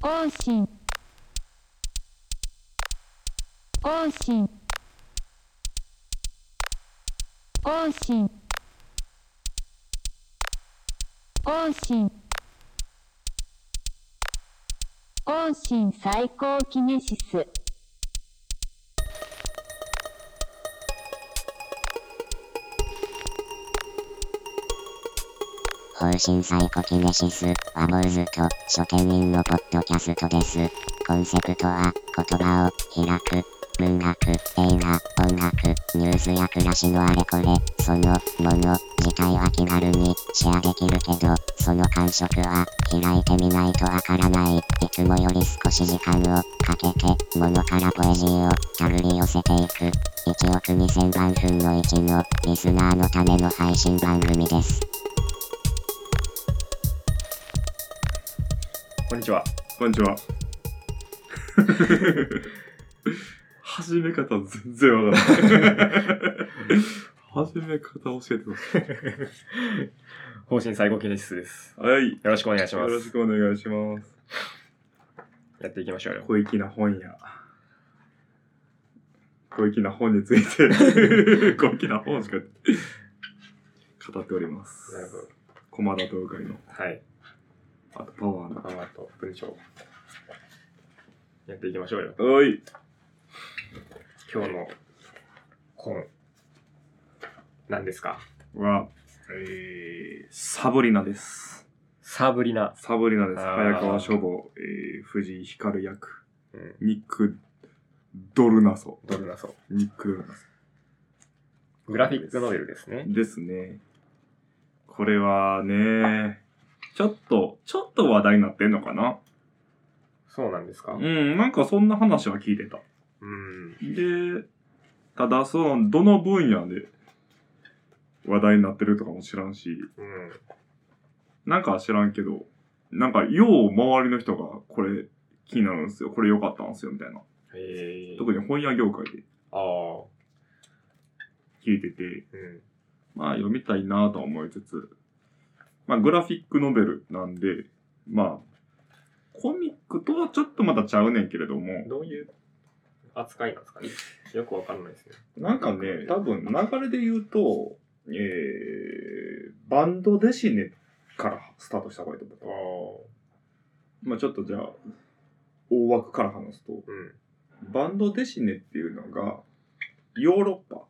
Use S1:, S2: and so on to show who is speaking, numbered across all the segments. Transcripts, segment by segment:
S1: 更新更新更新更新更新最高キネシス
S2: 更新サイコキネシス、ワモーズと書店員のポッドキャストです。コンセプトは、言葉を開く、文学、映画、音楽、ニュースや暮らしのあれこれ、そのもの自体は気軽にシェアできるけど、その感触は開いてみないとわからない。いつもより少し時間をかけて、ものからポエジーをたぐり寄せていく。1億2000万分の1のリスナーのための配信番組です。
S3: こんにちは。
S4: こんに ちは。始め方全然わから ない。始め方教えてほし
S3: 方針最高キネシスです。
S4: い。はい。
S3: よろしくお願いしま
S4: よろし
S3: す。
S4: くお願いします。
S3: やっていきましょうよ。
S4: 小粋な本屋。小粋な本につい て、小粋な本しか語っております。駒田東海の、
S3: はい。
S4: あとパワー
S3: あと文章。やっていきましょうよ。
S4: の。はい。
S3: 今日の本、何ですか
S4: は、えー、サブリナです。
S3: サブリナ。
S4: サブリナです。
S3: あー
S4: 早川書房、えー、藤井光役。
S3: うん。
S4: ニック・ドルナソ。
S3: ドルナソ。
S4: ニック・ドルナソ。
S3: グラフィックノベルですね。
S4: ですね。これはね、ちょっと、ちょっと話題になってんのかな
S3: そうなんですか
S4: うん、なんかそんな話は聞いてた。
S3: うん。
S4: で、ただ、その、どの分野で話題になってるとかも知らんし、
S3: うん。
S4: なんか知らんけど、なんか、よう周りの人がこれ気になるんですよ、これ良かったんですよ、みたいな。
S3: えー。
S4: 特に本屋業界で
S3: ああ。
S4: 聞いてて、
S3: うん。
S4: まあ読みたいなとは思いつつ、まあグラフィックノベルなんで、まあ、コミックとはちょっとまたちゃうねんけれども、
S3: どういう扱いなんですかねよくわかんないですね。
S4: なんかね、多分流れで言うと、えー、バンドデシネからスタートした方がいいと思
S3: ああ。。
S4: うまあちょっとじゃあ、大枠から話すと、
S3: うん。
S4: バンドデシネっていうのが、ヨーロッパ、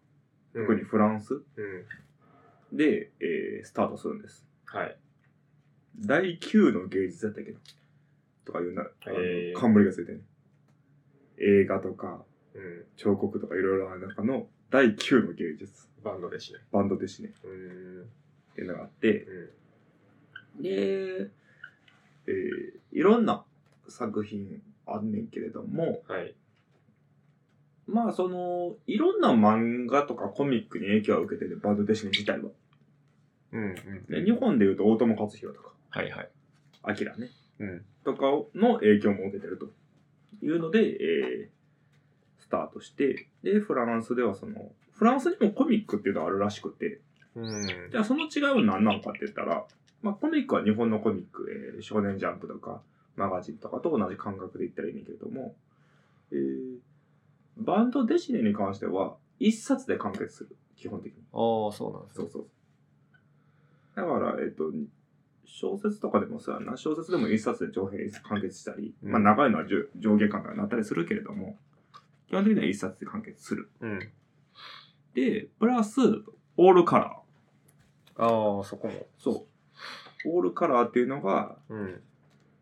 S3: うん
S4: 特に。フランス
S3: うん。
S4: で、えースタートするんです。
S3: はい。
S4: 第9の芸術だったっけどとかいうな、あの
S3: へー
S4: 冠がついてる。映画とか
S3: うん。
S4: 彫刻とかいろいろある中の第9の芸術、
S3: バンドですね。
S4: バンドですね、
S3: うーん。
S4: っていうのがあって、
S3: うん。
S4: で、えーいろんな作品あんねんけれども、
S3: はい。
S4: まあその、いろんな漫画とかコミックに影響を受けてるバンドデシネ自体は。
S3: うんうん
S4: で日本でいうと大友克洋とか、
S3: はいはい。
S4: アキラね、
S3: うん。
S4: とかの影響も受けてるというので、えースタートして、で、フランスではその、フランスにもコミックっていうのがあるらしくて、
S3: うん。
S4: じゃあその違いは何なのかって言ったら、まあコミックは日本のコミック、えー少年ジャンプとか、マガジンとかと同じ感覚で言ったらいいんだけれども、えーバンドデシネに関しては、一冊で完結する、基本的に。
S3: ああ、そうなんです
S4: そうそう。だから、えっ、と、小説とかでもさ、な小説でも一冊で長編完結したり、
S3: うん
S4: まあ長いのはじゅ上下巻がなったりするけれども、基本的には一冊で完結する。
S3: うん。
S4: で、プラス、オールカラ
S3: ああ、そこも。
S4: ー。そう。オールカラーっていうのが、
S3: うん。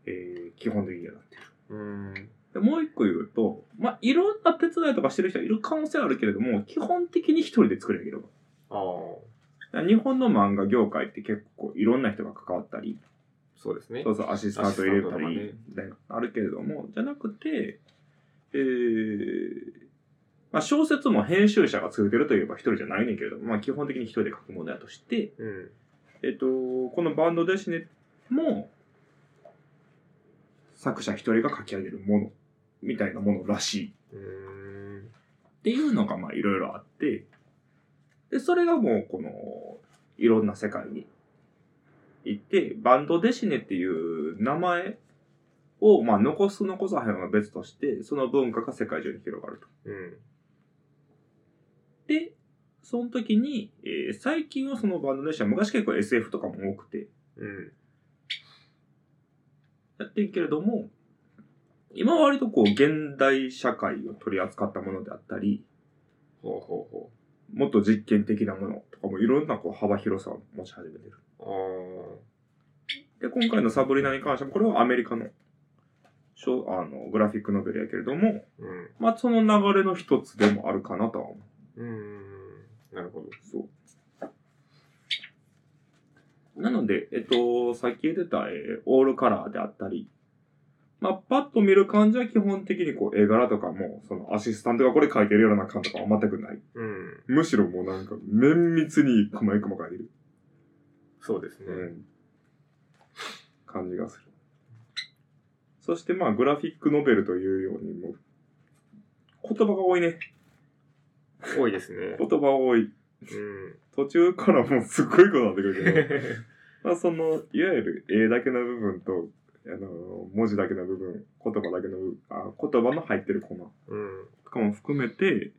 S4: えー基本的にはなってる。
S3: うん。
S4: で、もう一個言うと、まあ、いろんな手伝いとかしてる人はいる可能性はあるけれども、基本的に一人で作れるければ。
S3: ああ、
S4: だから日本の漫画業界って結構いろんな人が関わったり、
S3: そうですね
S4: そ。うそう、アシスタント入れた
S3: アシスタントとか
S4: り、
S3: ね
S4: みたいなあるけれども、じゃなくて、えー、まあ小説も編集者が作ってるといえば一人じゃないねんけれども、まあ基本的に一人で書くものだとして、
S3: うん。
S4: えっ、と、このバンドデシネも、作者一人が書き上げるもの、みたいなものらしい。
S3: うーん。
S4: っていうのがまあいろいろあって、で、それがもうこの、いろんな世界に行って、バンドデシネっていう名前を、まあ、残す残さへんは別として、その文化が世界中に広がると。
S3: うん。
S4: で、その時に、えー最近はそのバンドの人は昔結構 SF とかも多くて、
S3: うん。
S4: やってるけれども、今は割とこう、現代社会を取り扱ったものであったり、
S3: ほうほうほ
S4: もっと実験的なものとかもいろんなこう幅広さを持ち始めてる。
S3: う。あ
S4: で、今回のサブリナに関しても、これはアメリカの、しょあの、グラフィックノベルやけれども、
S3: あ。うん。
S4: まあ、その流れの一つでもあるかなとは思う。
S3: うん。なるほど。
S4: そう。なので、えっと、さっき言ってた、えーオールカラーであったり、まあ、パッと見る感じは基本的にこう、絵柄とかも、そのアシスタントがこれ描いてるような感とかは全くない。
S3: うん。
S4: むしろもうなんか、綿密に一個枚一個枚描いてる。
S3: そうですね。
S4: ん。感じがする。そしてまあ、グラフィックノベルというようにも、言葉が多いね。
S3: 多いですね。
S4: 言葉多い。
S3: うん。
S4: 途中からもうすっごいことになってくる けど。まあ、そのいわゆる絵だけの部分と、あの文字だけの部分言葉だけの部分あ言葉の入ってるコマ
S3: うん。
S4: とかも含めて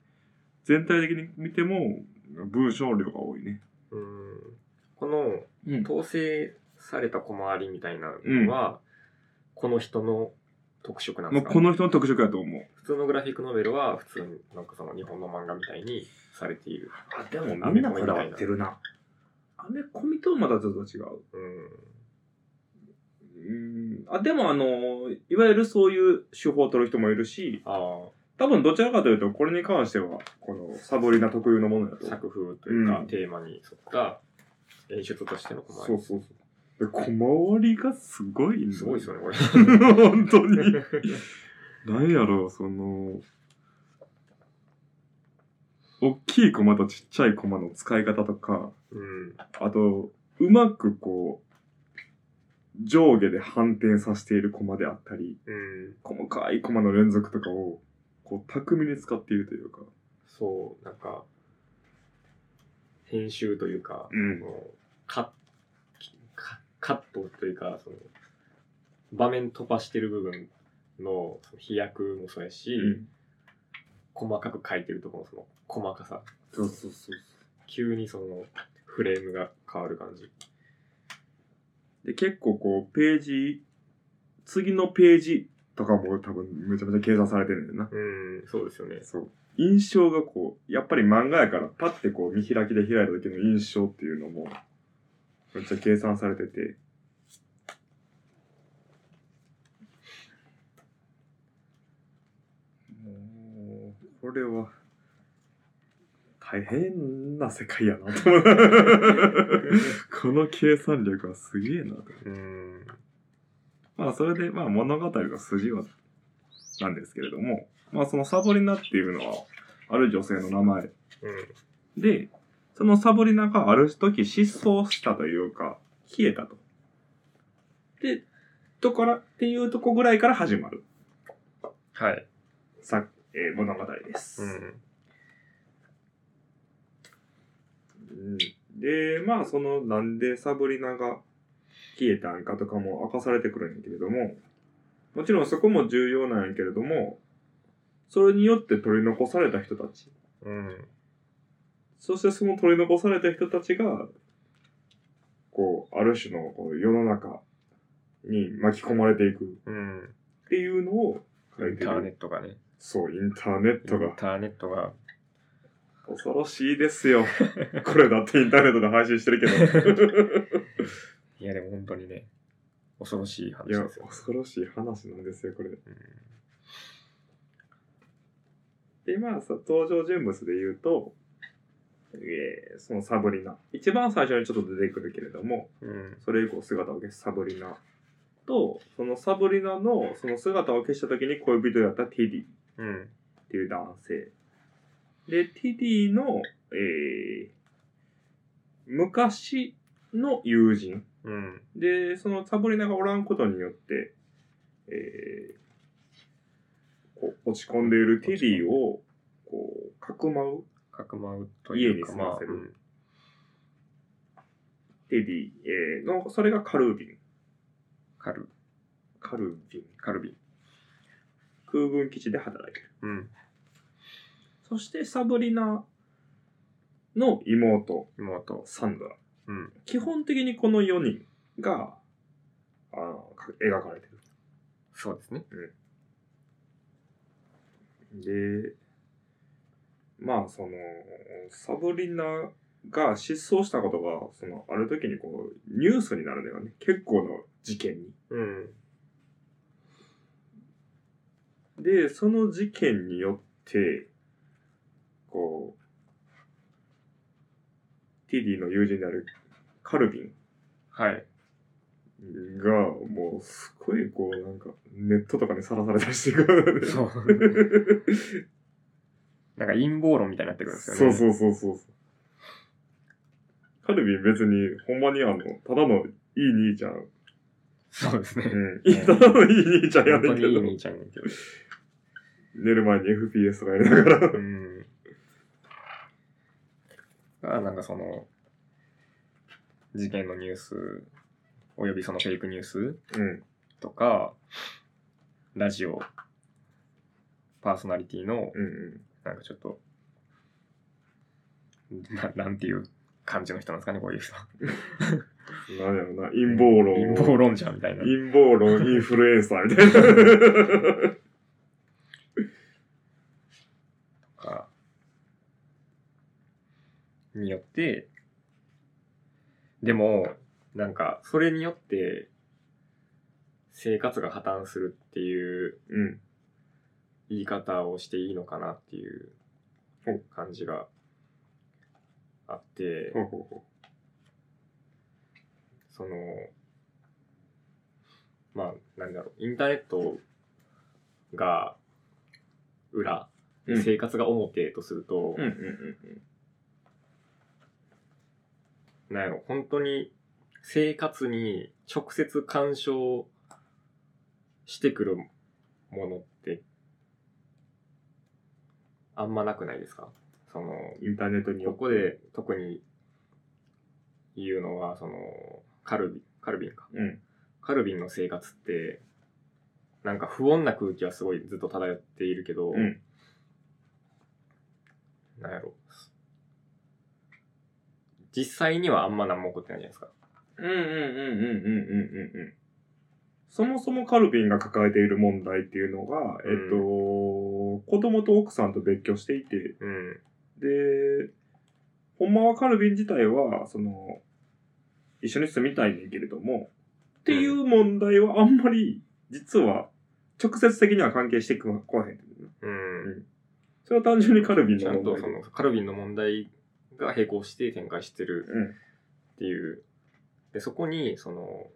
S4: 全体的に見ても文章量が多いね。
S3: うん。この、
S4: うん
S3: 統制された小回りみたいなのは、この人の特色なんで
S4: もう
S3: すか
S4: この人の特色だと思う。
S3: 普通のグラフィックノベルは普通になんかその日本の漫画みたいにされている。
S4: あでも
S3: みんなこだわって
S4: るな。アメコミとはまたちょっと違う。
S3: う
S4: うんあでもあのいわゆるそういう手法を取る人もいるし
S3: ん。あ
S4: 多分どちらかというとこれに関してはこのサボリナ特有のものだと
S3: あ、作風というか、
S4: うん
S3: テーマに沿った演出としての小
S4: そ
S3: 回
S4: うそうそう。で、小回りがすごいん
S3: り。
S4: だ
S3: すごいですよね、これ。
S4: 本当に。なんやろう、その、大きい駒とちっちゃい駒の使い方とか、
S3: うん。
S4: あと、うまくこう、上下で反転させている駒であったり、
S3: うん。
S4: 細かい駒の連続とかを、こう、巧みに使っているというか。
S3: そう、なんか、編集というか、
S4: うん
S3: そのカカカットというか、その場面飛ばしてる部分のその飛躍もそうやし、細かく書いてるところのその細かさ、
S4: そうそうそう。
S3: 急にそのフレームが変わる感じ。
S4: で、結構こう、ページ、次のページとかも多分めちゃめちゃ計算されてるんだよな。
S3: うん、そうですよね。
S4: そう。印象がこう、やっぱり漫画やからパッてこう見開きで開いた時の印象っていうのも、めっちゃ計算されてて。もう、これは、大変な世界やなと思う。この計算力はすげえなと。
S3: うん、
S4: まあそれでまあ物語の筋はなんですけれども、まあそのサボリナっていうのはある女性の名前
S3: うん、
S4: で、そのサボリナがある時失踪したというか、消えたと。で、とから、っていうとこぐらいから始まる、
S3: はい。
S4: さえー物語です。
S3: うん、
S4: うんで、まあ、その、なんでサブリナが消えたんかとかも明かされてくるんやけれども、もちろんそこも重要なんやけれども、それによって取り残された人たち、
S3: うん、
S4: そしてその取り残された人たちが、こう、ある種のこう世の中に巻き込まれていくっ
S3: うん。
S4: ていうのを書
S3: イ
S4: い
S3: ン
S4: て
S3: ターネッ
S4: る。
S3: トがね、
S4: そう、インターネッ
S3: イン
S4: トが。
S3: ターネットが
S4: 恐ろしいですよ。 これだってインターネットで配信してる けど。
S3: いやでも本当にね、恐ろしい話
S4: いや、
S3: ですよ。
S4: 恐ろしい話なんですよ、これ。
S3: うん
S4: で、まあ、さ登場人物で言うと、えーそのサブリナ。一番最初にちょっと出てくるけれども、
S3: うん、
S4: それ以降姿を消すサブリナと、そのサブリナのその姿を消した時に恋人だったティディ
S3: うん、
S4: っていう男性。で、ティディの、えー昔の友人。
S3: うん、
S4: で、そのサボリナがおらんことによって、えーこう落ち込んでいるテディを、こう、かくまう
S3: かくまうというか、
S4: 家に住ま
S3: まあ
S4: せ、るテディ、えーの、それがカルービン。
S3: カル、
S4: カカルビン。
S3: カルビ。
S4: 空軍基地で働いてる。
S3: うん。
S4: そしてサブリナの妹、
S3: 妹。
S4: サンドラ。
S3: うん。
S4: 基本的にこの4人があのか描かれて
S3: そうですね。
S4: る。で、まあその、サブリナが失踪したことが、その、ある時にこう、ニュースになるんだよね。結構の事件に。
S3: うん。
S4: で、その事件によって、こう、ティディの友人であるカルビン
S3: はい。
S4: が、もう、すごい、こう、なんか、ネットとかにさらされたりしてくる。
S3: そう。 なんか陰謀論みたいになってくるんですよね。
S4: そうそうそうそう。カルビン別に、ほんまにあの、ただのいい兄ちゃん。
S3: そうですね。
S4: うんいいただのいい兄ちゃんや
S3: 本当
S4: ねん
S3: に
S4: け
S3: いい
S4: ど、
S3: 兄ちゃんやねんけど。
S4: 寝る前に FPS とかやりながら。
S3: うん。が、なんかその、事件のニュース、およびそのフェイクニュース
S4: うん。
S3: とか、ラジオ、パーソナリティの、
S4: うんうん。
S3: なんかちょっと、ななんていう感じの人なんですかね、こういう人。
S4: なんやろな、陰謀論を。
S3: 陰謀論者みたいな。
S4: 陰謀論インフルエンサーみたいな。
S3: かによってでもなんかそれによって生活が破綻するっていう
S4: うん。
S3: 言い方をしていいのかなっていう感じがあって
S4: ほうほうほ
S3: そのまあなんだろうインターネットが裏
S4: う。うん
S3: 生活が表とすると、
S4: うんうんうん
S3: なんやろ、本当に生活に直接干渉してくるものって、あんまなくないですかその、
S4: うん。インターネットによ
S3: こ
S4: って
S3: こで特に言うのは、その、カルビ、カルビンか。
S4: うん。
S3: カルビンの生活って、なんか不穏な空気はすごいずっと漂っているけど、
S4: うん。
S3: なんやろ。実際にはあんま何も起こってないじゃないですか。
S4: うんうんうんうんうんうんうん。そもそもカルビンが抱えている問題っていうのが、
S3: うん
S4: えっと、子供と奥さんと別居していて、
S3: うん。
S4: で、ほんまはカルビン自体は、その、一緒に住みたいねんけれども、っていう問題はあんまり、実は、直接的には関係してここへん。
S3: うん
S4: それは単純にカルビン
S3: ちゃ
S4: の
S3: んと
S4: 問
S3: そ
S4: 題で。
S3: のカルビンの問題が並行して展開してる
S4: うん。
S3: っていう。で、そこに、その、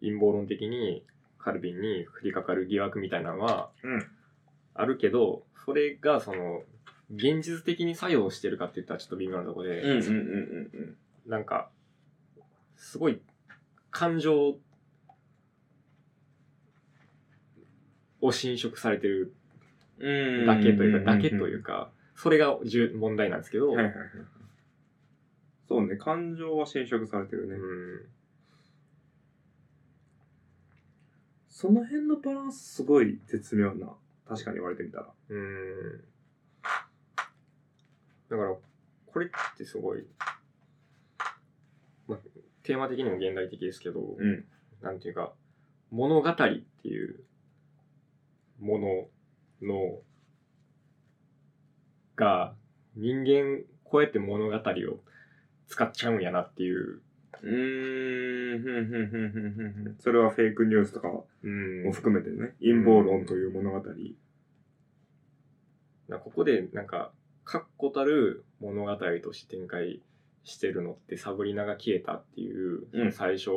S3: 陰謀論的にカルビンに降りかかる疑惑みたいなのは
S4: うん
S3: あるけど、それがその、現実的に作用してるかって言ったらちょっと微妙なとこで、
S4: うんうんうんうんうん。
S3: なんか、すごい感情を侵食されてる
S4: うん
S3: だけというか、だけという
S4: か。
S3: か、それが重問題なんですけど、
S4: はいはいはい。そうね、感情は侵食されてるね。
S3: うん
S4: その辺のバランスすごい絶妙な。確かに言われてみたら。
S3: うーんだから、これってすごい、まあ、テーマ的にも現代的ですけど、
S4: うん。
S3: なんていうか、物語っていうものの、が、人間、こうやって物語を使っちゃうんやなっていう、
S4: うーん、ふんふんふんふんふんふん。それはフェイクニュースとかも
S3: うん
S4: 含めてね、陰謀論という物語。
S3: なここでなんか確固たる物語として展開してるのってサブリナが消えたっていう、
S4: うん
S3: 最初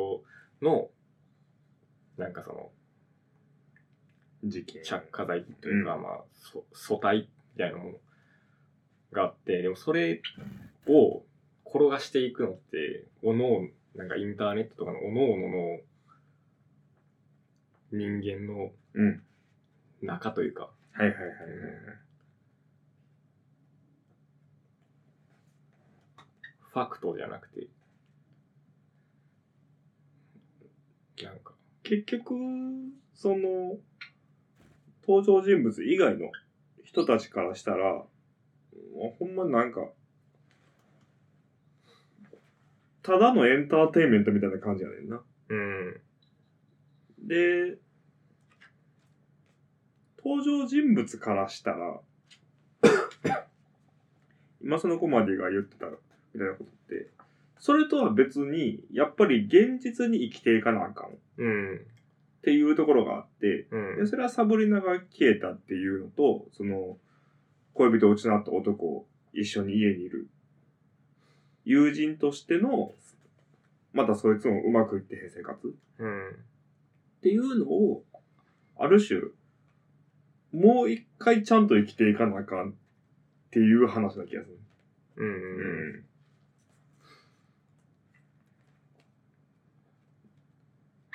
S3: のなんかその
S4: 事件。
S3: 着火剤というか、
S4: う
S3: まあそ素体みたいなものがあってでもそれを転がしていくのっておのおのなんかインターネットとかのおのおのの人間の
S4: うん。
S3: 中というか
S4: はいはいはいはい
S3: ファクトじゃなくて、なんか、
S4: 結局、その、登場人物以外の人たちからしたら、もうほんまなんか、ただのエンターテインメントみたいな感じやねんな。
S3: うん。
S4: で、登場人物からしたら、 今そのコマディが言ってたみたいなことって、それとは別に、やっぱり現実に生きていかなあかんっ
S3: うん。
S4: ていうところがあって、
S3: うん
S4: で。それはサブリナが消えたっていうのと、その、恋人を失った男を一緒に家にいる。友人としての、またそいつもうまくいってへん生活。
S3: うん。
S4: っていうのを、ある種、もう一回ちゃんと生きていかなあかんっていう話な気がする。
S3: うん。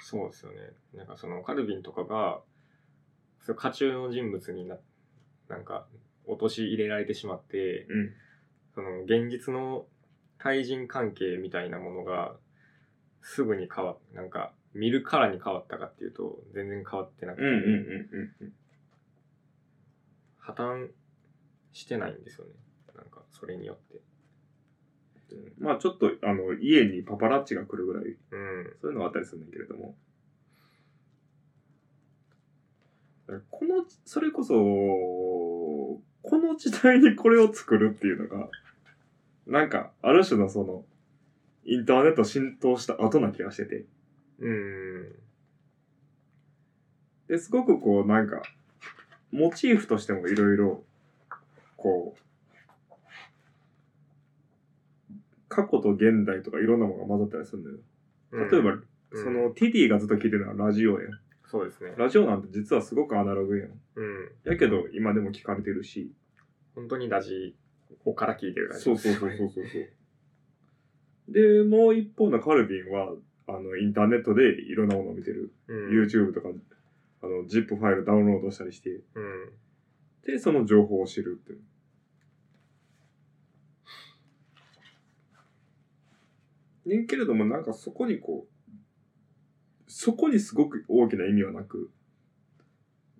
S3: そうですよね。なんかそのカルビンとかが、その家中の人物にな、なんか、陥れられてしまって、
S4: うん。
S3: その現実の対人関係みたいなものが、すぐに変わっ、なんか、見るからに変わったかっていうと、全然変わってなくて、
S4: うんうんうんうん。
S3: 破綻してないんですよね。なんか、それによって。
S4: まあちょっと、あの、家にパパラッチが来るぐらい、
S3: うん。
S4: そういうのはあったりするんだけれども。この、それこそ、この時代にこれを作るっていうのが、なんか、ある種のその、インターネット浸透した後な気がしてて。
S3: うん。
S4: ですごくこうなんかモチーフとしてもいろいろこう過去と現代とかいろんなものが混ざったりするんだよ。
S3: うん
S4: 例えば、、
S3: うん
S4: その、ティティがずっと聞いてるのはラジオやん。
S3: そうですね。
S4: ラジオなんて実はすごくアナログやん。
S3: うん。
S4: やけど今でも聞かれてるし。
S3: 本当にラジオから聞いてるラジ
S4: そうそうそうそうそうそう。で、もう一方のカルビンはあのインターネットでいろんなものを見てる。
S3: うん。
S4: YouTube とかあの ZIP ファイルダウンロードしたりして。
S3: うん。
S4: で、その情報を知るっていう。ねんけれども、なんかそこにこう、そこにすごく大きな意味はなく、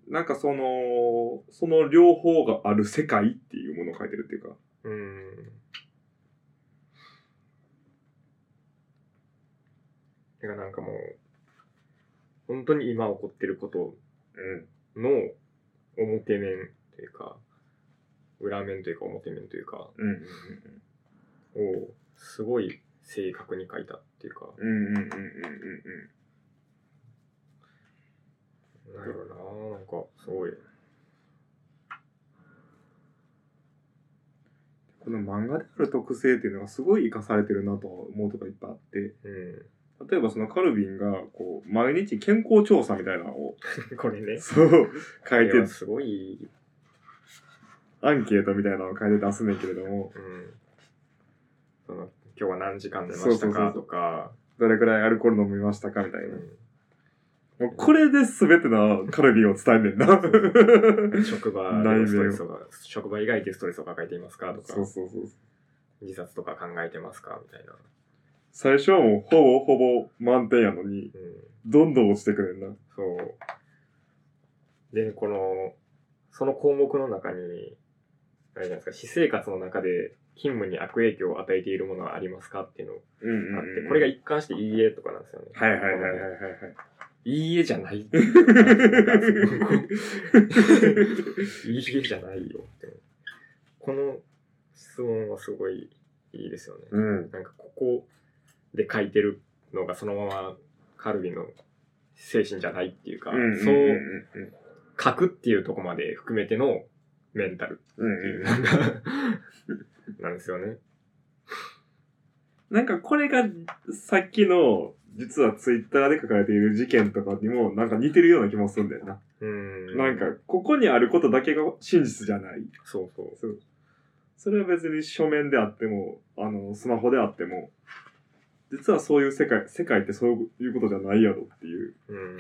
S4: なんかその、その両方がある世界っていうものを書いてるっていうか、
S3: うん。てかなんかもう、本当に今起こってることの表面というか、裏面というか表面というか、を
S4: うん。うん
S3: すごい正確に書いたっていうか、
S4: うんうんうんうんうん
S3: なるほどななんかすごい。
S4: この漫画である特性っていうのがすごい活かされてるなと思うとかいっぱいあって、
S3: う
S4: 例えばそのカルビンがこう、毎日健康調査みたいなのを
S3: ん。 これね。
S4: そう、書い
S3: これ
S4: て
S3: は、すごい、
S4: アンケートみたいなのを書いて出すねんけれども、
S3: うん。その、今日は何時間寝ましたかとか、
S4: どれくらいアルコール飲みましたかみたいな。
S3: うん
S4: もうこれで全てのカルビンを伝えんねんな。
S3: う職場でストレスとか、職場以外でストレスを抱えていますかとか、
S4: そうそうそう。
S3: 自殺とか考えてますかみたいな。
S4: 最初はもうほぼほぼ満点やのに、
S3: うん、
S4: どんどん落ちてくねんな。
S3: そう。で、この、その項目の中に、あれじゃないですか、私生活の中で勤務に悪影響を与えているものはありますかっていうの
S4: うん
S3: があって、これが一貫していいえとかなんですよね。
S4: はいはいはいはいはい
S3: いいえじゃ ない。
S4: はい。
S3: いいえじゃないよって。この質問はすごいいいですよね。
S4: うん。
S3: なんかここで書いてるのがそのままカルビの精神じゃないっていうか、
S4: うん
S3: そ
S4: うん
S3: う書くっていうとこまで含めてのメンタル
S4: うん
S3: って
S4: うん
S3: いううんなんかなんですよね。
S4: なんかこれがさっきの実はツイッターで書かれている事件とかにもなんか似てるような気もするんだよな。
S3: うん。
S4: なんか、ここにあることだけが真実じゃない。
S3: そうそう。
S4: そうそれは別に書面であっても、あの、スマホであっても、実はそういう世界、世界ってそういうことじゃないやろっていう。
S3: うん。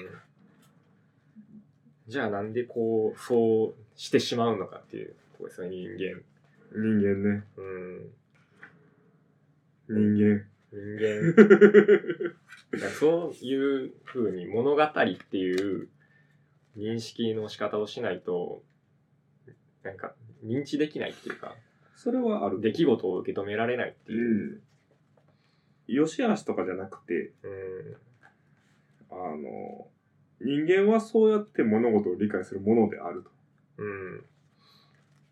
S3: じゃあなんでこう、そうしてしまうのかっていうとこですよね、人間。
S4: 人間ね。
S3: うん。
S4: 人間。
S3: 人間。 なんかそういうふうに物語っていう認識の仕方をしないと、なんか認知できないっていうか、
S4: それはある。
S3: 出来事を受け止められないって
S4: う
S3: いう。
S4: ん。良し悪しとかじゃなくて、
S3: うん。
S4: あの、人間はそうやって物事を理解するものであると。
S3: うん。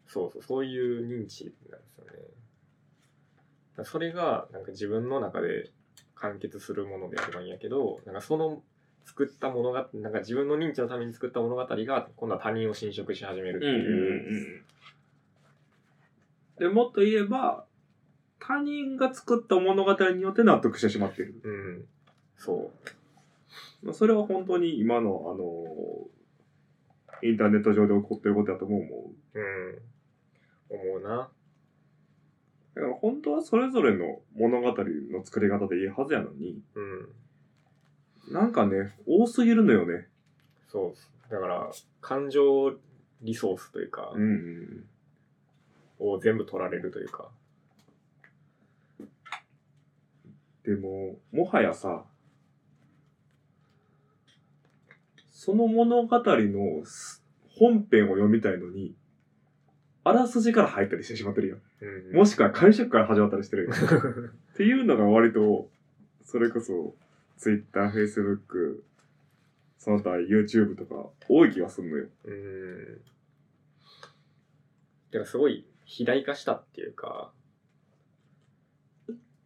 S3: そうそう、そういう認知なんですよね。だからそれが、なんか自分の中で完結するものであればいいんやけど、なんかその作った物語、なんか自分の認知のために作った物語が、今度は他人を侵食し始めるっていう。
S4: でもっと言えば、他人が作った物語によって納得してしまっている。
S3: うん。そ
S4: まあそれは本当に今の、あの、インターネット上で起こってることだと思うもん。
S3: う。うん。思うな。
S4: だから本当はそれぞれの物語の作り方でいいはずやのに、
S3: うん。
S4: なんかね、多すぎるのよね。
S3: そうっす。だから、感情リソースというか、
S4: ん。
S3: を全部取られるというか。
S4: でも、もはやさ、その物語のす本編を読みたいのに、あらすじから入ったりしてしまってるよ。
S3: うん
S4: もしくは解釈から始まったりしてるよ。っていうのが割と、それこそ、Twitter、Facebook、その他 YouTube とか多い気がするのよ。
S3: うーん。だからすごい肥大化したっていうか、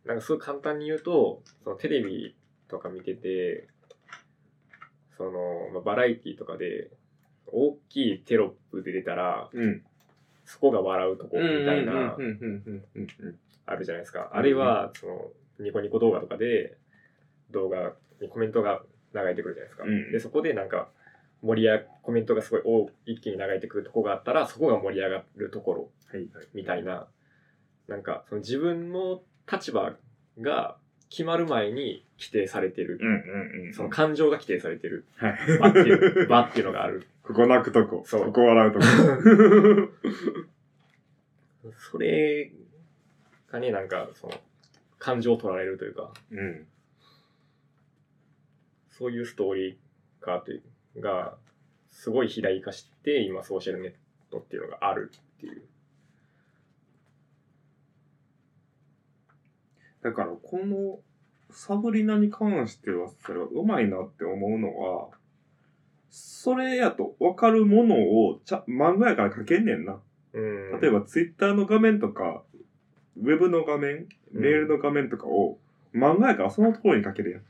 S3: なんかすごい簡単に言うと、そのテレビとか見てて、その、まあ、バラエティとかで、大きいテロップで出たら、
S4: うん。
S3: そこが笑うとこみたいな
S4: うん、うんうんうんうん
S3: あるじゃないですか。あるいは、その、ニコニコ動画とかで、動画にコメントが流れてくるじゃないですか。
S4: うん
S3: で、そこでなんか、盛り上が、コメントがすごい多一気に流れてくるとこがあったら、そこが盛り上がるところ
S4: はいはい。
S3: みたいな、なんか、その自分の立場が決まる前に規定されてる。
S4: うんうんうん。
S3: その感情が規定されてる。
S4: はい。
S3: 場っていう、 場っていうのがある。
S4: ここ泣くとこ、
S3: そう
S4: ここ笑う とこ。
S3: それがね、なんか、その、感情を取られるというか。
S4: うん。
S3: そういうストーリー化というが、すごい肥大化して、今ソーシャルネットっていうのがあるっていう。
S4: だから、このサブリナに関しては、それはうまいなって思うのは、それやと分かるものをちゃ漫画やから書けんねんな。
S3: うん。
S4: 例えば、ツイッターの画面とか、ウェブの画面、
S3: うん
S4: メールの画面とかを、漫画やからそのところに書けるやん。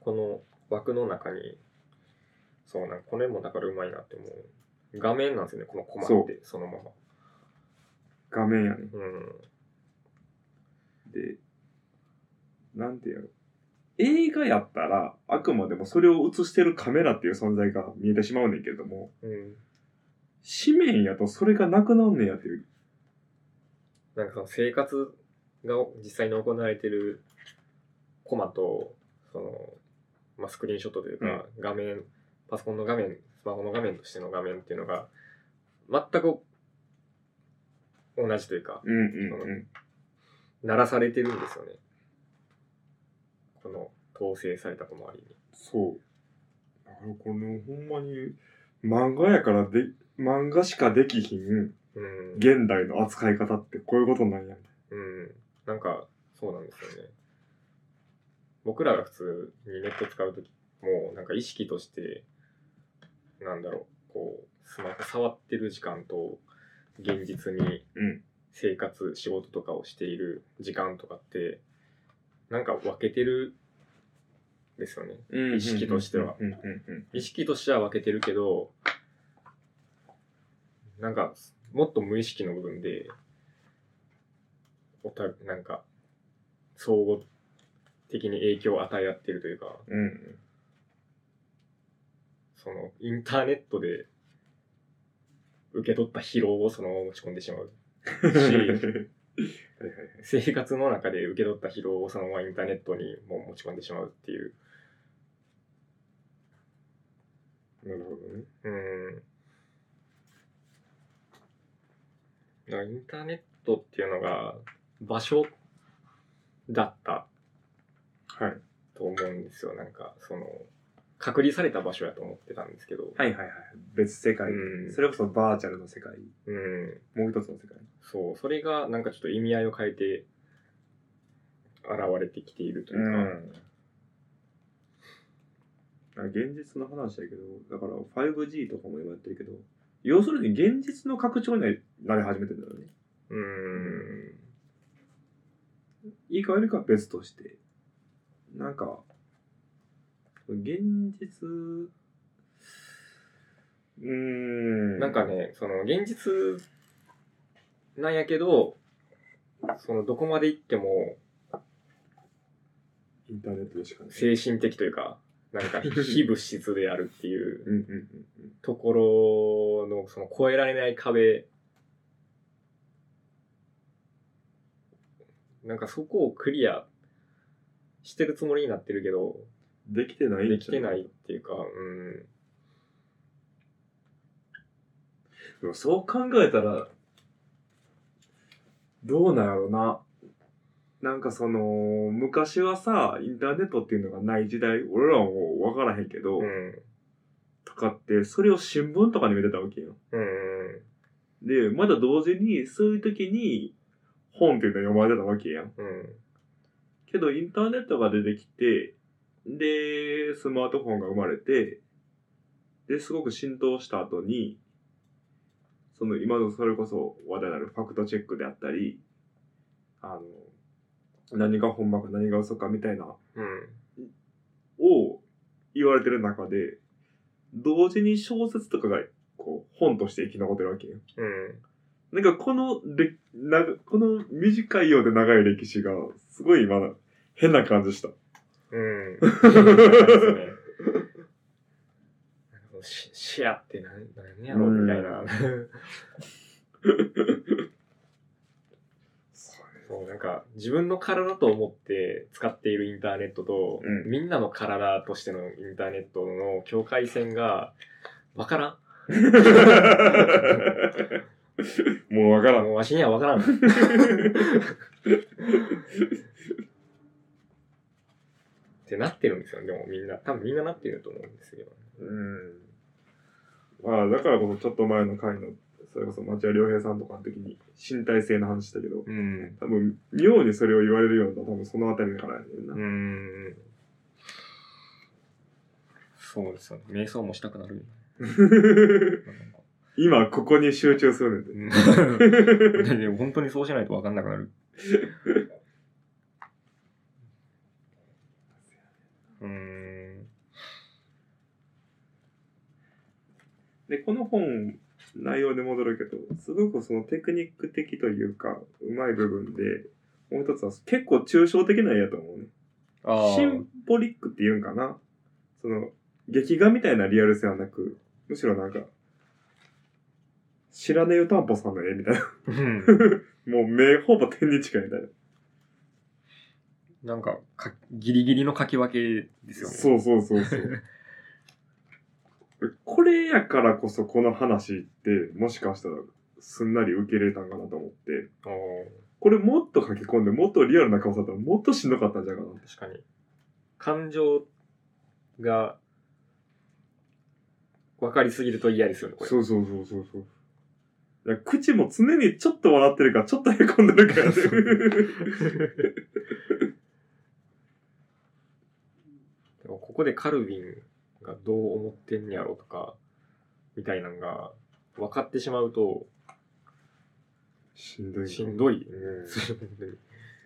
S3: この枠の中に、そうなんか、これもだからうまいなって思う。画面なんですよね、このコマって、そのまま。
S4: 画面やねん。
S3: うん。
S4: で、なんていうの映画やったら、あくまでもそれを映してるカメラっていう存在が見えてしまうねんけれども、
S3: うん。
S4: 紙面やとそれがなくなんねやっていう。
S3: なんかその生活が実際に行われてるコマと、その、まあ、スクリーンショットという
S4: うん
S3: か、画面、パソコンの画面、スマホの画面としての画面っていうのが、全く同じというか、
S4: うん
S3: うん鳴らされてるんですよね。この統制されたコマ割りに。
S4: そう。だからこのほんまに漫画やからで、漫画しかできひん
S3: うん。
S4: 現代の扱い方ってこういうことなんや。
S3: うん。なんか、そうなんですよね。僕らが普通にネット使うときも、なんか意識として、なんだろう、こう、スマホ触ってる時間と、現実に
S4: うん
S3: 生活、仕事とかをしている時間とかって、なんか分けてるんですよね。意識としては。
S4: うんうん
S3: 意識としては分けてるけど、なんか、もっと無意識の部分で、おた、なんか、総合的に影響を与え合ってるというか、
S4: うん。うん
S3: その、インターネットで受け取った疲労をそのまま持ち込んでしまう。 し
S4: はいはいはい
S3: 生活の中で受け取った疲労をそのままインターネットにもう持ち込んでしまうっていう。
S4: なるほどね。
S3: うん。だからインターネットっていうのが場所だった
S4: はい。
S3: と思うんですよ。なんか、その、隔離された場所やと思ってたんですけど。
S4: はいはいはい。別世界。
S3: うん
S4: それこそバーチャルの世界。
S3: うん。
S4: もう一つの世界。
S3: そう。それが、なんかちょっと意味合いを変えて、現れてきているというか。
S4: うん。現実の話だけど、だから 5G とかも今やってるけど、要するに現実の拡張になり始めてるんだよね。
S3: うん。
S4: いいか悪いかは別として、なんか、現実、うーん。
S3: なんか、ね、その、現実なんやけど、その、どこまで行っても、
S4: インターネットでしかね。
S3: 精神的というか、なんか、非物質であるっていう
S4: うんうんうんうん。
S3: ところの、その、超えられない壁。なんか、そこをクリアしてるつもりになってるけど、
S4: できてない
S3: で
S4: ん
S3: き
S4: じ
S3: て
S4: ゃ
S3: ないっていうか、うん。
S4: でもそう考えたら、どうなんやろな。なんかその、昔はさ、インターネットっていうのがない時代、俺らはもう分からへんけど、
S3: うん。
S4: とかって、それを新聞とかに見てたわけよ。
S3: うん。
S4: で、まだ同時に、そういう時に、本っていうのを読まれてたわけやん。
S3: うん。
S4: けど、インターネットが出てきて、で、スマートフォンが生まれて、で、すごく浸透した後に、その今のそれこそ話題になるファクトチェックであったり、あの、何がほんまか何が嘘かみたいな、
S3: うん。
S4: を言われてる中で、同時に小説とかが、こう、本として生き残ってるわけよ。
S3: うん。
S4: なんかこのれな、この短いようで長い歴史が、すごい今、変な感じした。
S3: うん。なんかもうシシェアって何何やろみたいな。そうなんか自分の体と思って使っているインターネットと、
S4: うん
S3: みんなの体としてのインターネットの境界線がわからん。
S4: もうわからん。
S3: もうわしにはわから ん。ってなってるんですよ。でもみんな、多分みんななってると思うんですけど。
S4: うん。まあ、だからこそちょっと前の回の、それこそ町屋良平さんとかの時に身体性の話したけど、
S3: うん。
S4: 多分、妙にそれを言われるようになった多分そのあたりからやねんな。
S3: うん。そうですよね。瞑想もしたくなる。
S4: 今、ここに集中するね
S3: う
S4: んて。
S3: ん でも本当にそうしないと分かんなくな る。うーん。
S4: で、この本、内容で戻るけど、すごくそのテクニック的というか、うまい部分で、もう一つは結構抽象的な絵やと思うね。
S3: ああ。
S4: シンボリックって言うんかなその、劇画みたいなリアル性はなく、むしろなんか、知らねえ湯たんぽさんの絵みたいな。
S3: う ん
S4: もう目ほぼ天に近いみたいな。
S3: なんかか、ギリギリの書き分けですよね。
S4: そうそうそう そう。これやからこそこの話って、もしかしたらすんなり受け入れたんかなと思って、
S3: ああ
S4: これもっと書き込んで、もっとリアルな顔されたらもっとしんどかったんじゃないかな。
S3: 確かに。感情が分かりすぎると嫌ですよね、これ。
S4: そうそうそうそうそう。いや口も常にちょっと笑ってるか、ちょっとへこんでるから、
S3: そう
S4: ね。
S3: でもここでカルビンがどう思ってんやろとか、みたいなのが分かってしまうと、
S4: しんどいな。
S3: しん どい。
S4: う
S3: そういうことで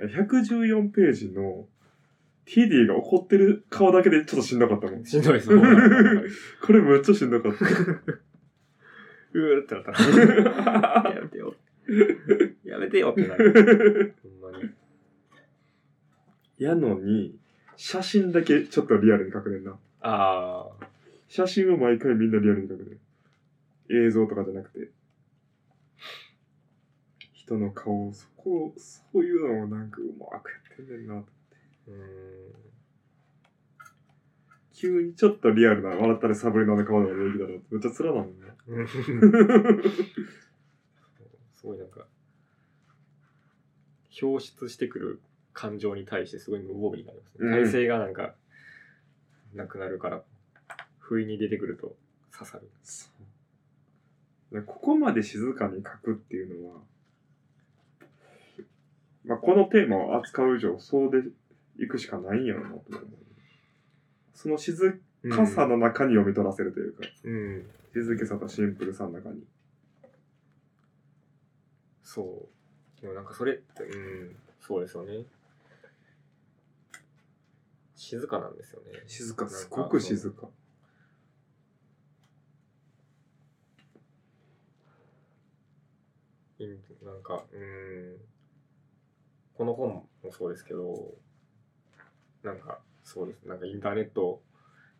S4: ん114ページのティディが怒ってる顔だけでちょっとしんどかったもん。
S3: しんどいです。もうなんかなんか
S4: これめっちゃしんどかった。
S3: うーってなったら、やめてよ。やめてよってなる。ほんまに。
S4: やのに、写真だけちょっとリアルに書くねんな。
S3: ああ。
S4: 写真は毎回みんなリアルに描くね映像とかじゃなくて人の顔をそこそういうのをなんかうまくやってんねんな
S3: うーん。
S4: 急にちょっとリアルな笑ったりサブリの顔のが出てきたらめっちゃ辛なんだね
S3: うん すごいなんか、表出してくる感情に対してすごい無防備になりますね。
S4: うん
S3: 体勢がなんか、なくなるから、不意に出てくると刺さる。
S4: そうねここまで静かに書くっていうのは、まあ、このテーマを扱う以上、そうでいくしかないんやろうなと思う。その静かさの中に読み取らせるというか、
S3: うん。
S4: 静けさとシンプルさの中に。
S3: そう。でもなんかそれって、うん、そうですよね。静かなんですよね。
S4: 静か、すごく静か。
S3: うんなんか、うん、この本もそうですけど、なんか、そうです。なんかインターネット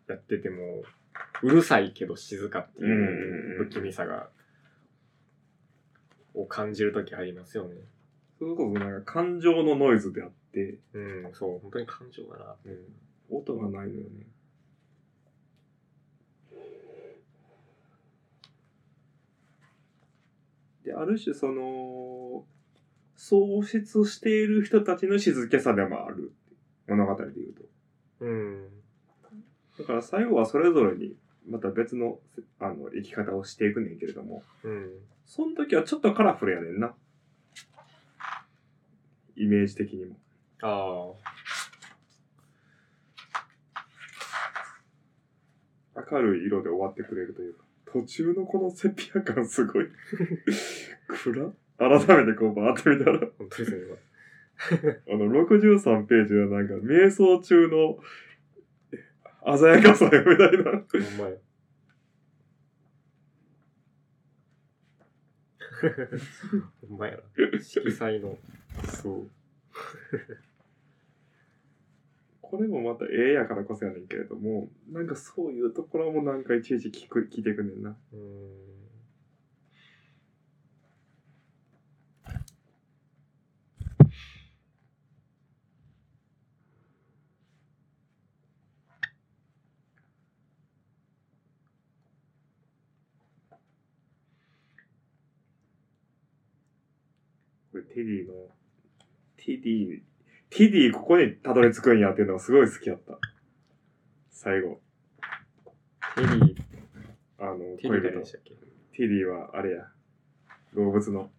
S3: やってても、うるさいけど静かって
S4: うんうん
S3: いう
S4: うん
S3: 不気味さが、を感じるときありますよね。
S4: それこそなんか感情のノイズであって、
S3: うん、そう、本当に感情がな。
S4: 音がないのよね。で、ある種その、喪失している人たちの静けさでもある。物語で言う
S3: うん、
S4: と。だから最後はそれぞれに、また別のあの生き方をしていくねんけれども、
S3: うん、
S4: その時はちょっとカラフルやねんな。イメージ的にも。
S3: あ
S4: 明るい色で終わってくれるというか途中のこのセピア感すごい暗改めてこうバーって見たら
S3: あ、本当ですね。
S4: あの63ページはなんか瞑想中の鮮やかさよみたいな
S3: ほんまや。ほんまやな。色彩の。
S4: そうこれもまたええやからこそやねんけれどもなんかそういうところもなんかいちいち聞く聞いてくねんな
S3: うん
S4: これテディのテディテディここにたどり着くんやっていうのがすごい好きやった最後
S3: テリー、
S4: あの
S3: テリ
S4: 恋
S3: ー誰
S4: 人
S3: でしたっけ
S4: ティリーはあれや動物の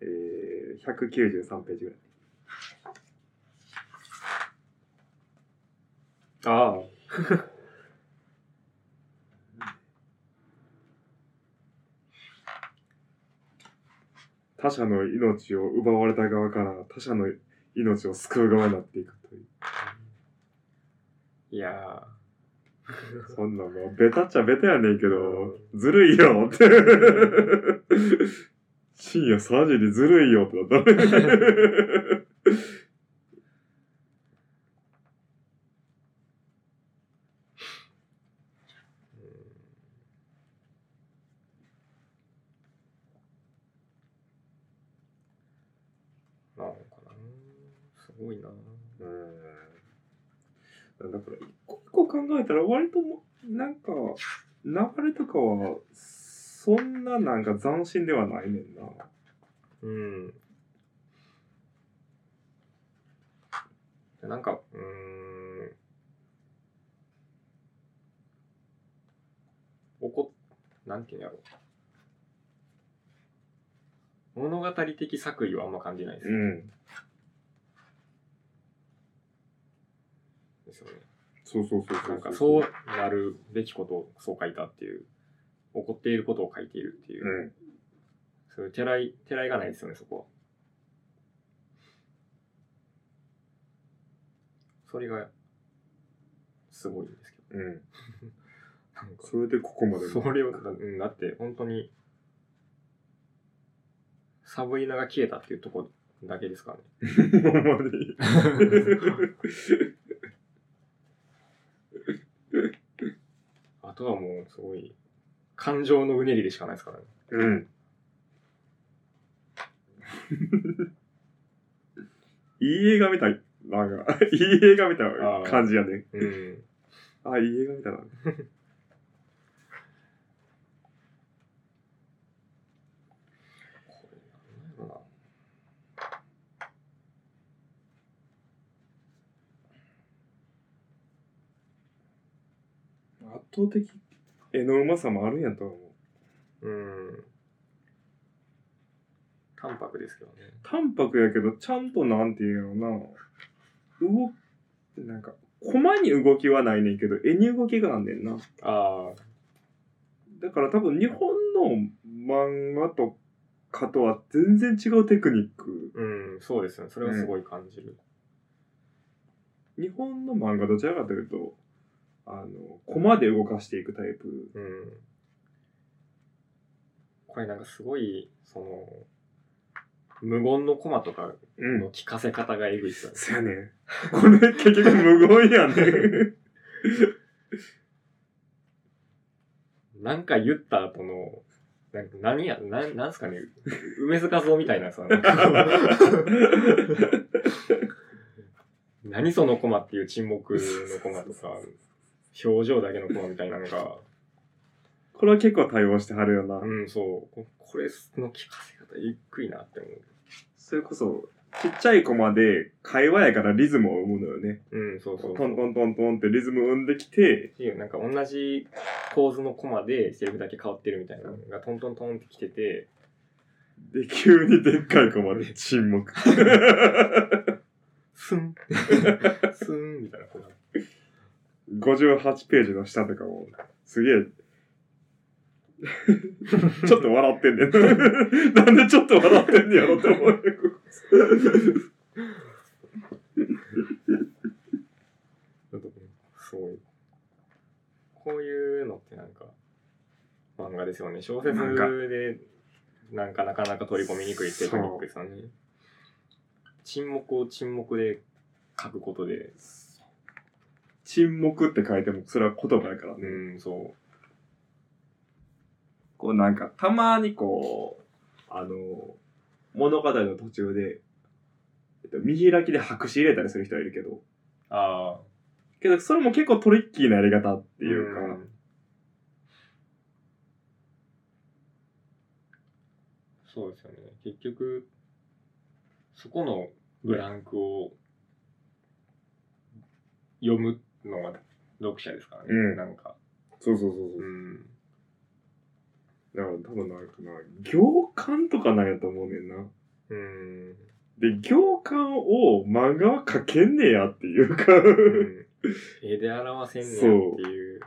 S4: えー、193ページぐらい
S3: ああ。
S4: 他者の命を奪われた側から他者の命を救う側になっていくという
S3: いや
S4: そんなんもうベタっちゃベタやねんけど
S3: う
S4: ずるいよって 深夜3時にずるいよってなった
S3: ー。うんなのかなすごいな
S4: うんだから一個一個考えたら割ともなんか流れとかはそんななんか斬新ではないねんな
S3: うん。なんか、うーん。おこ、なんていうんやろう。物語的作為はあんま感じないです。
S4: ん
S3: ですよね。
S4: そうそうそうそう
S3: なんかそうなるべきことをそう書いたっていう、起こっていることを書いているっていう、
S4: うん
S3: そういうてらい、てらいがないですよね、そこは。それが、すごいんですけど。
S4: うん
S3: なんか
S4: それでここまで
S3: それを、うん、だって本当に、サブイナが消えたっていうとこだけですからね。
S4: ほん まに
S3: あとはもう、すごい、感情のうねりでしかないですからね。
S4: うんいい映画みたいなんかいい映画みたいな感じやね
S3: うん。
S4: あ、いい映画みたいな。
S3: これなんやろな
S4: 倒的絵のうまさもあるんやと思う。
S3: うん。淡白ですけどね。
S4: 淡白やけど、ちゃんとなんていうのな、動き、なんか、コマに動きはないねんけど、絵に動きがあんねんな。
S3: あ
S4: だから多分日本の漫画とかとは全然違うテクニック。
S3: あ、うん、そうですね。それはすごい感じる。
S4: 日本の漫画どちらかというと、あの、コマで動かしていくタイプ。
S3: うん。これなんかすごい、その、無言のコマとか
S4: う
S3: の。聞かせ方がえぐいっすよね。
S4: そやねん。これ結局無言や ねん。
S3: なんか言った後の、なんか何や、なん、なんすかね、梅津和夫みたいなさ、なんか何そのコマっていう沈黙のコマとか、表情だけのコマみたいなのが、
S4: これは結構対応してはるよな。
S3: うん、そう、ここれの聞かせ方ゆっくりなって思
S4: それこそ、ちっちゃいコマで会話やからリズムを生むのよね。
S3: う。うん、そう
S4: ト
S3: そう
S4: ン
S3: そ
S4: ト
S3: う。
S4: ン
S3: っ
S4: トントンってリズム生んできて、
S3: ていう、なんか同じ構図のコマでセリフだけ変わってるみたいなのがトントントンってきてて、
S4: で、急にでっかいコマで沈黙。
S3: スンスンみたいなコマ。
S4: 58ページの下とかも、すげえ、 ちょっと笑ってんねん。 なんでちょっと笑ってんねやろって思う よ。
S3: なんかねすごい。こういうのってなんか、漫画ですよね。小説
S4: 漫画
S3: で、なんかなかなか取り込みにくいテクニックですよね。沈黙を沈黙で書くことで、
S4: 沈黙って書いても、それは言葉やからね。
S3: うん、そう。
S4: こうなんか、たまにこう、あの、物語の途中で、えっと、見開きで白紙入れたりする人はいるけど、
S3: ああ。っ
S4: けどそれも結構トリッキーなやり方って
S3: て
S4: いうか、
S3: そうですよね。結局、そこのブランクを読むのは読者ですからね。
S4: うん
S3: なんか。
S4: そうそうそう
S3: う
S4: そう。
S3: ん。
S4: だから多分なんかな、行間とかなんやと思うねんな。
S3: うん。
S4: で、行間を漫画は描けんねやっていうか、
S3: うん 絵で表せんねやっていう。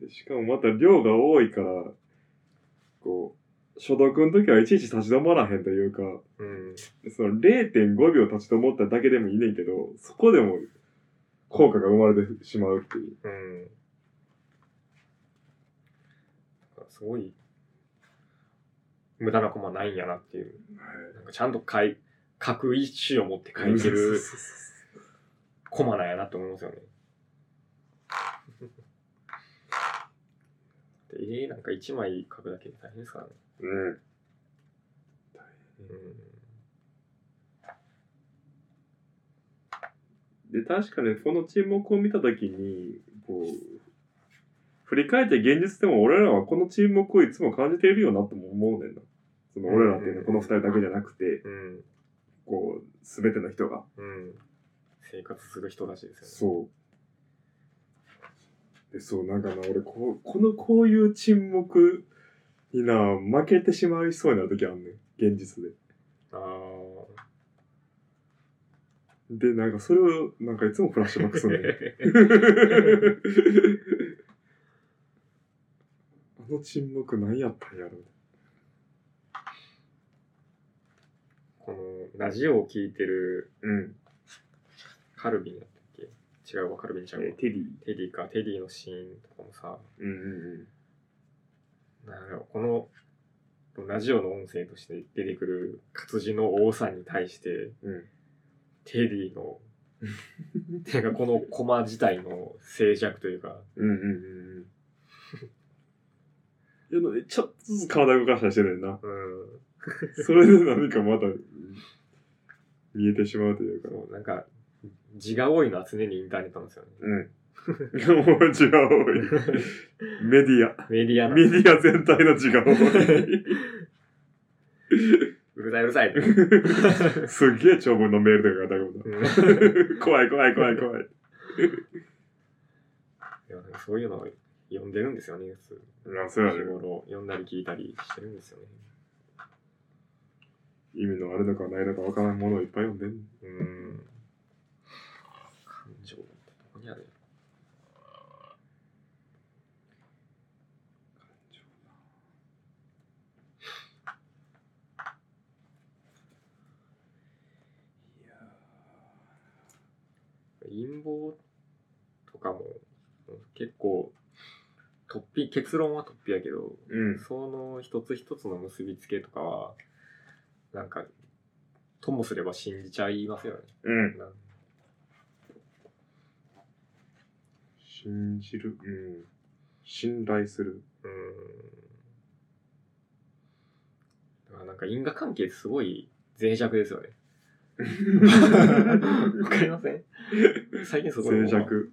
S4: でしかもまた量が多いから、こう、所読の時はいちいち立ち止まらへんというか、
S3: うん。
S4: その0.5秒立ち止まっただけでもいいねんけど、そこでも効果が生まれてしまうっていう。
S3: うん。だからすごい、無駄なコマないんやなっていう。なんかちゃんと書い、書く意思を持って書いてるコマなんやなって思いますよね。 で、えなんか一枚書くだけで大変ですからね。
S4: うん。で、確かにこの沈黙を見たときに、こう、振り返って現実でも俺らはこの沈黙をいつも感じているよなとも思うねんな。その俺らっていうのはこの二人だけじゃなくて、
S3: うん。うん。
S4: こう、すべての人が。
S3: うん。生活する人たちですよね。
S4: そう。で、そう、なんかな、俺こう、この、こういう沈黙にな、負けてしまいそうになる時あんねん。現実で。
S3: ああ。
S4: で、なんかそれを、なんかいつもフラッシュバ ックするねん あの沈黙何やったんやろ
S3: このラジオを聞いてる
S4: うん。
S3: カルビンだったっけ違うわカルビンちゃんは、
S4: テリー。
S3: テディかテディのシーンとかもさ
S4: うんうん
S3: なんやろこのラジオの音声として出てくる活字の多さに対して
S4: うん。うん。
S3: テディ のてかこのコマ自体の静寂というか
S4: うんうんうんうん。 いや、ちょっとずつ体動かしたりしてるねんな。
S3: うん
S4: それで何かまた、見えてしまうというか。
S3: そうなんか字が多いのは常にインターネットなんですよね
S4: うん。 もう字が多い。メディア。
S3: メディアな
S4: メディア全体の字が多い。
S3: うるさいうるさい
S4: すっげえ長文のメールとかが大丈
S3: うん
S4: 夫だ。怖い怖い怖い怖い。
S3: いやなんかそういうのを読んでるんですよね、ニュース。
S4: うんそうやね
S3: 日頃読んだり聞いたりしてるんですよね。
S4: 意味のあるのかないのかわからんものをいっぱい読んでん
S3: うーん。感情ってどこにある陰謀とかも結構突飛結論は突飛やけど
S4: うん
S3: その一つ一つの結びつけとかはなんかともすれば信じちゃいますよね。
S4: うん
S3: なん
S4: 信じるうん信頼する
S3: うーんだからなんか因果関係すごい脆弱です よね。わかりません最近すごい思
S4: 脆
S3: う
S4: 弱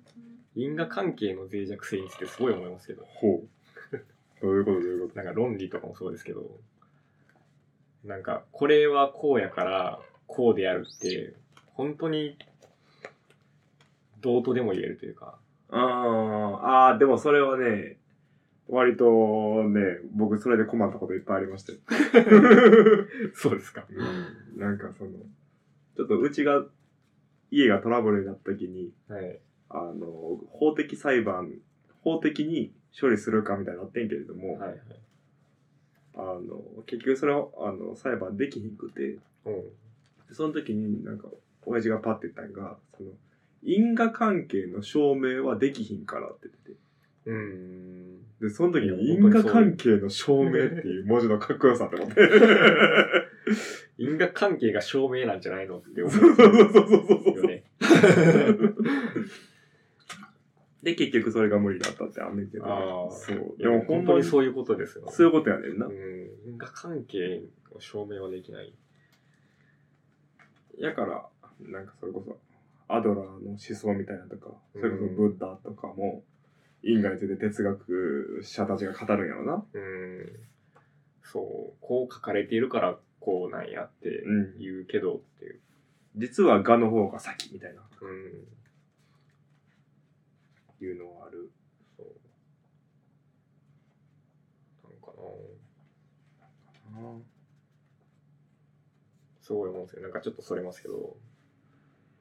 S3: 因果関係の脆弱性についてすごい思いますけど
S4: ほうどういうことどういうこと
S3: なんか論理とかもそうですけどなんかこれはこうやからこうであるって本当にどうとでも言えるというか
S4: あーあーでもそれはね割とね僕それで困ったこといっぱいありましたよ
S3: そうですか
S4: うんなんかそのちょっとうちが家がトラブルになった時に
S3: はい
S4: あの法的裁判法的に処理するかみたいになってんけれども、
S3: はいはい
S4: あの結局それをあの裁判できひんくて
S3: うん
S4: その時になんか親父がパッて言ったんがその因果関係の証明はできひんからって言ってて
S3: うーん
S4: でその時
S3: い
S4: に
S3: や
S4: 因果関係の証明っていう文字のかっこよさって思って
S3: 因果関係が証明なんじゃないのって思
S4: そうそうそう
S3: う
S4: そうそう
S3: よ
S4: そう
S3: ね
S4: で結局それが無理だったってあんねんけど
S3: あー
S4: そう
S3: い
S4: で
S3: や
S4: も
S3: 本当
S4: 本当
S3: に
S4: にそう
S3: そういうことですよ。
S4: そういうことやねんな
S3: うん、因果関係を証明はできない。
S4: やから、なんかそれこそ、アドラーの思想みたいなのとか、
S3: う
S4: そ
S3: ん
S4: れこそブッダとかも、因果について哲学者たちが語るんやろな。
S3: うん、そう、こう書かれているからこうなんやって
S4: ん
S3: 言うけどっていう。
S4: 実は我の方が先みたいな、
S3: うん、
S4: いうのはある。
S3: そう。なんかなすごい思うんですよ。なんかちょっとそれますけど、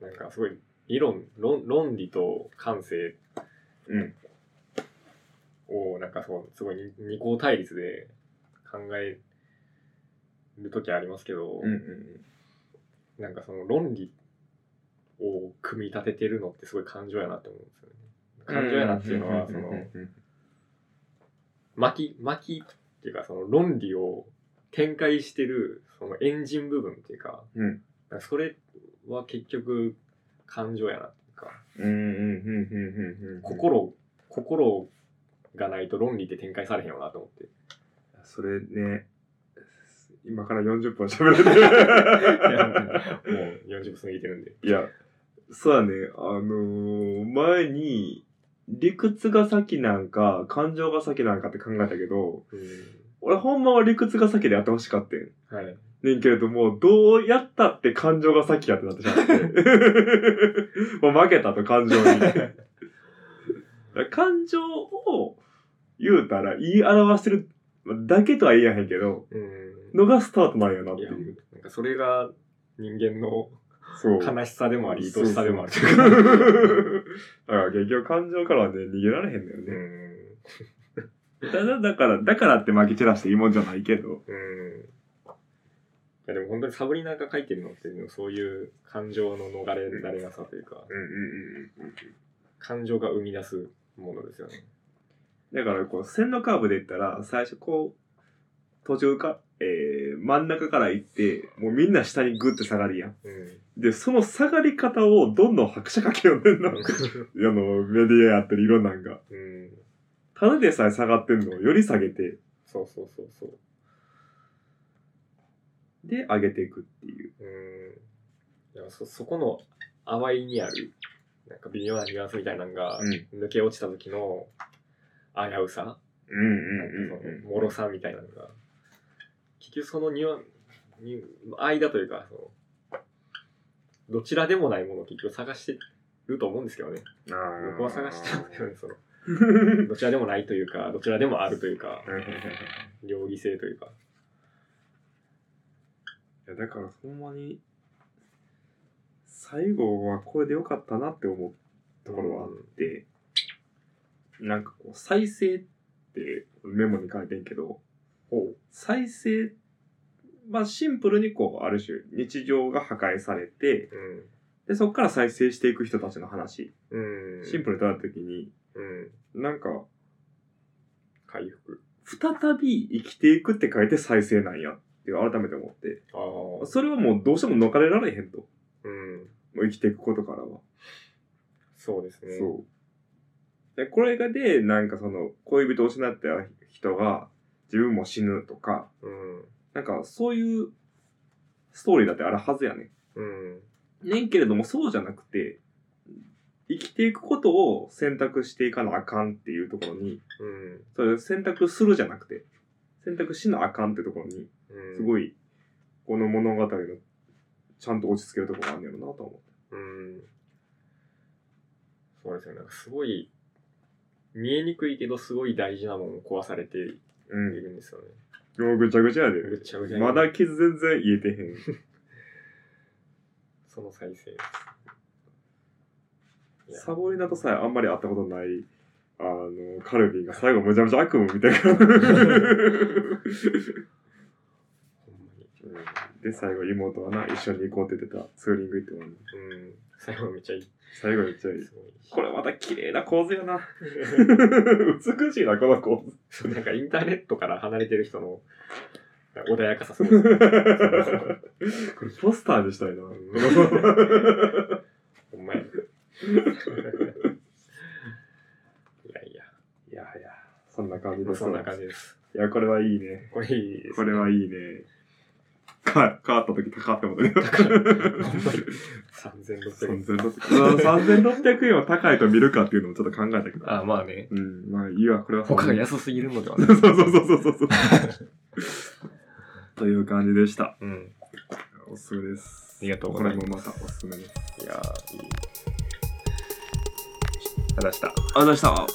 S3: なんかすごい理論、論論理と感性
S4: うん。
S3: をなんかそうすごい二二項対立で考える時ありますけど、
S4: うんうん
S3: なんかその論理を組み立ててるのってすごい感情やなって思うんですよね。感情やなっていうのはその巻き巻きっていうかその論理を展開してるそのエンジン部分っていうか,、
S4: うん
S3: それは結局感情やなっていうか
S4: うんうんうんうんうんうん。
S3: 心を心がないと論理って展開されへんよなと思 って。
S4: それね、今から40分喋る。
S3: もう40分過ぎてるんで。
S4: いや、そうだね、あのー前に、理屈が先なんか、感情が先なんかって考えたけど、
S3: う
S4: 俺ほんまは理屈が先でやってほしかったん。
S3: ん、はい。
S4: ねんけれども、どうやったって感情が先やってなってしまって。 もう負けたと感情に。だから感情を言うたら言い表してるだけとは言えへんけど、
S3: うん。
S4: のがスタートなんやなって
S3: いや、
S4: いう。
S3: なんかそれが人間の
S4: そう。
S3: 悲しさでもあり、
S4: そう
S3: 愛しさでもある
S4: そうだから結局感情からはね、逃げられへんだよ
S3: う
S4: ね。
S3: ん。
S4: ただ、だから、だからって負け散らしていいもんじゃないけど。
S3: うん。いや、でも本当にサブリナが書いてるのっていうのはそういう感情の逃れられなさというか、
S4: うんうんうん。
S3: 感情が生み出すものですよね。
S4: だから、こう、線のカーブで言ったら、最初こう、途中か、えー、真ん中から行って、もうみんな下にグッて下がるやん。
S3: うん。
S4: で、その下がり方をどんどん拍車かけようねんな。あの、メディアやったりいろんなんが。
S3: うん。
S4: ただでさえ下がってんのをより下げて、
S3: そうそうそうそう。
S4: で、上げていくっていう。
S3: うん。いや、そ、そこの淡いにある、なんか微妙なニュアンスみたいなのが、
S4: ん。
S3: 抜け落ちた時の危うさ、
S4: うん
S3: なんかその、脆さみたいなのが、結局そのニュアンニュ間というか、その、どちらでもないものを結局探してると思うんですけどね。
S4: 僕
S3: 僕は探してたんだよね、その。どちらでもないというか、どちらでもあるというか、
S4: はいはいはいはい
S3: 両義性というか。
S4: いやだからほんまに最後はこれでよかったなって思うところはあって、なんかこう再生ってメモに書いてんけど
S3: ほう。
S4: 再生まあシンプルにこうある種日常が破壊されて
S3: うん。
S4: でそこから再生していく人たちの話、
S3: うん。
S4: シンプルに捉えた時に
S3: うん。
S4: なんか
S3: 回復。
S4: 再び生きていくって書いて再生なんやっていう改めて思って
S3: ああ。
S4: それはもうどうしても抜かれられへんと
S3: うん。
S4: もう生きていくことからは。
S3: そうですね。
S4: そう。で、これがで、なんかその、恋人を失った人が、自分も死ぬとか、
S3: う。うん。
S4: なんかそういうストーリーだってあるはずやね
S3: うん。
S4: ん。ねんけれども、そうじゃなくて、生きていくことを選択していかなあかんっていうところに、
S3: うん。
S4: それ選択するじゃなくて、選択しなあかんってところに、
S3: うん。
S4: すごい、この物語の、ちゃんと落ち着けるところがあるんねやろなと思。
S3: うん。そうですよね。なんかすごい、見えにくいけど、すごい大事なものを壊されていう
S4: うん。
S3: るんですよね。
S4: もうぐちゃぐちゃやで。
S3: ぐちゃぐちゃに
S4: まだ傷全然癒えてへん。
S3: その再生です。い
S4: サ
S3: や
S4: ボリナとさえあんまり会ったことない、あの、カルビーが最後むちゃむちゃ悪夢みたいな。
S3: ほんまに。
S4: で、最後妹はな、一緒に行こうって言ってた、ツーリング行ってもらうの
S3: うん。最後めっちゃいい。
S4: 最後めっちゃいい。
S3: すごい。
S4: これまた綺麗な構図や な。美しいな、この構図。
S3: そうなんかインターネットから離れてる人の穏やかさ そうですね。
S4: これポスターにしたいな。
S3: ほんまや。いやいや、
S4: いやいや、そんな感じ
S3: ま
S4: で
S3: あ
S4: す。
S3: そんな感じです。
S4: いや、これはいいね。
S3: これいいです、ね。
S4: これはいいね。か、変わった時高って思ったけ
S3: 高い。
S4: ど。
S3: ほんまに。3600円。
S4: 3600 3600円を高いと見るかっていうのもちょっと考えたけど。
S3: あ、まあね。
S4: うん、まあいいわ、これは。
S3: 他が安すぎるのでは
S4: そ
S3: な
S4: う
S3: い。
S4: そうそうそ うそうそう。という感じでした。
S3: うん。
S4: おすすめです。
S3: ありがとうございます
S4: これもまたおすすめです。
S3: いやー、いい。話した。
S4: ありがとうございました。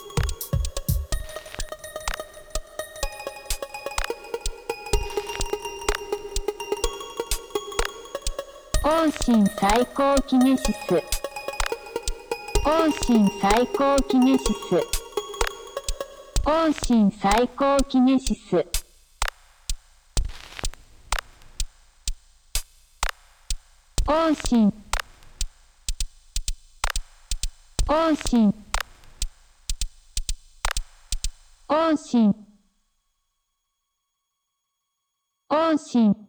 S1: 往診最高キネシス往診最高キネシス往診最高キネシス往診往診往診往診